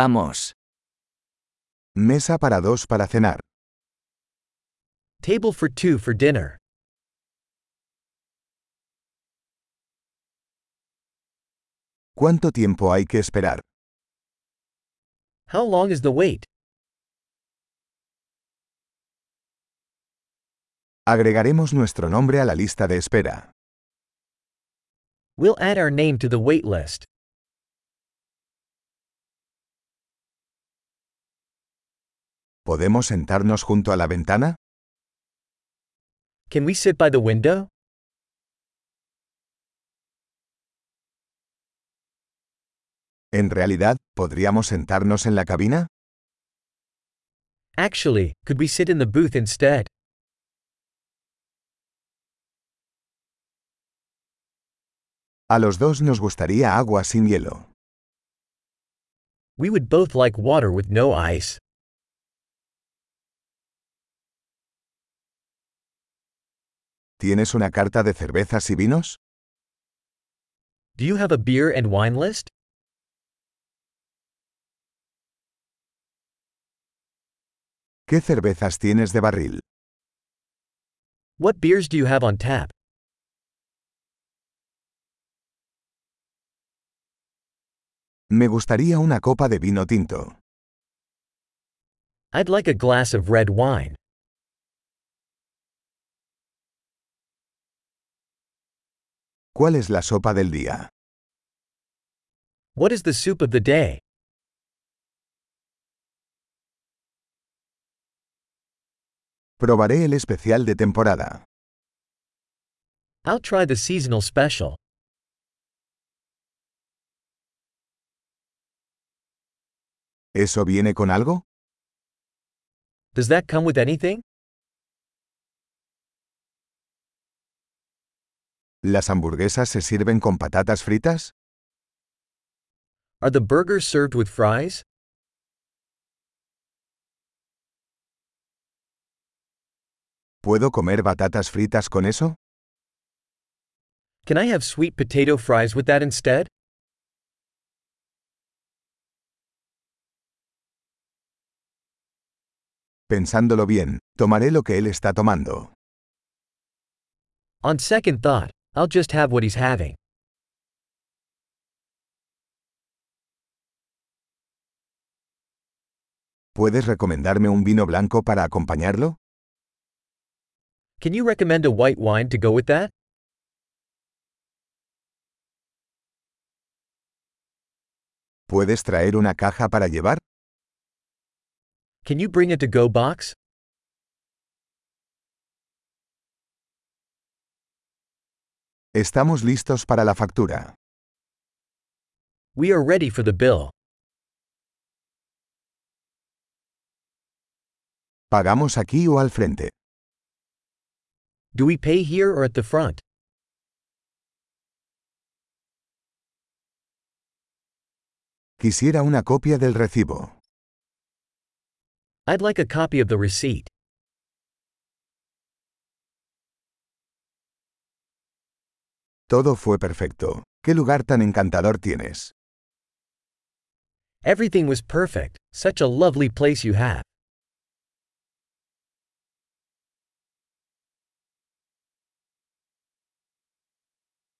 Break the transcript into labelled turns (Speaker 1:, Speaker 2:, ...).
Speaker 1: Vamos.
Speaker 2: Mesa para dos para cenar.
Speaker 3: Table for two for dinner.
Speaker 2: ¿Cuánto tiempo hay que esperar?
Speaker 3: How long is the wait?
Speaker 2: Agregaremos nuestro nombre a la lista de espera.
Speaker 3: We'll add our name to the wait list.
Speaker 2: ¿Podemos sentarnos junto a la ventana?
Speaker 3: Can we sit by the window?
Speaker 2: En realidad, ¿podríamos sentarnos en la cabina?
Speaker 3: Actually, could we sit in the booth instead?
Speaker 2: A los dos nos gustaría agua sin hielo.
Speaker 3: We would both like water with no ice.
Speaker 2: ¿Tienes una carta de cervezas y vinos?
Speaker 3: Do you have a beer and wine list?
Speaker 2: ¿Qué cervezas tienes de barril?
Speaker 3: What beers do you have on tap?
Speaker 2: Me gustaría una copa de vino tinto.
Speaker 3: I'd like a glass of red wine.
Speaker 2: ¿Cuál es la sopa del día?
Speaker 3: What is the soup of the day?
Speaker 2: Probaré el especial de temporada.
Speaker 3: I'll try the seasonal special.
Speaker 2: ¿Eso viene con algo?
Speaker 3: Does that come with anything?
Speaker 2: ¿Las hamburguesas se sirven con patatas fritas?
Speaker 3: Are the burgers served with fries?
Speaker 2: ¿Puedo comer batatas fritas con eso?
Speaker 3: Can I have sweet potato fries with that instead?
Speaker 2: Pensándolo bien, tomaré lo que él está tomando.
Speaker 3: On second thought, I'll just have what he's having.
Speaker 2: ¿Puedes recomendarme un vino blanco para acompañarlo?
Speaker 3: Can you recommend a white wine to go with that?
Speaker 2: ¿Puedes traer una caja para llevar?
Speaker 3: Can you bring a to go box?
Speaker 2: Estamos listos para la factura.
Speaker 3: We are ready for the bill.
Speaker 2: ¿Pagamos aquí o al frente?
Speaker 3: Do we pay here or at the front?
Speaker 2: Quisiera una copia del recibo.
Speaker 3: I'd like a copy of the receipt.
Speaker 2: Todo fue perfecto. ¿Qué lugar tan encantador tienes?
Speaker 3: Everything was perfect, such a lovely place you have.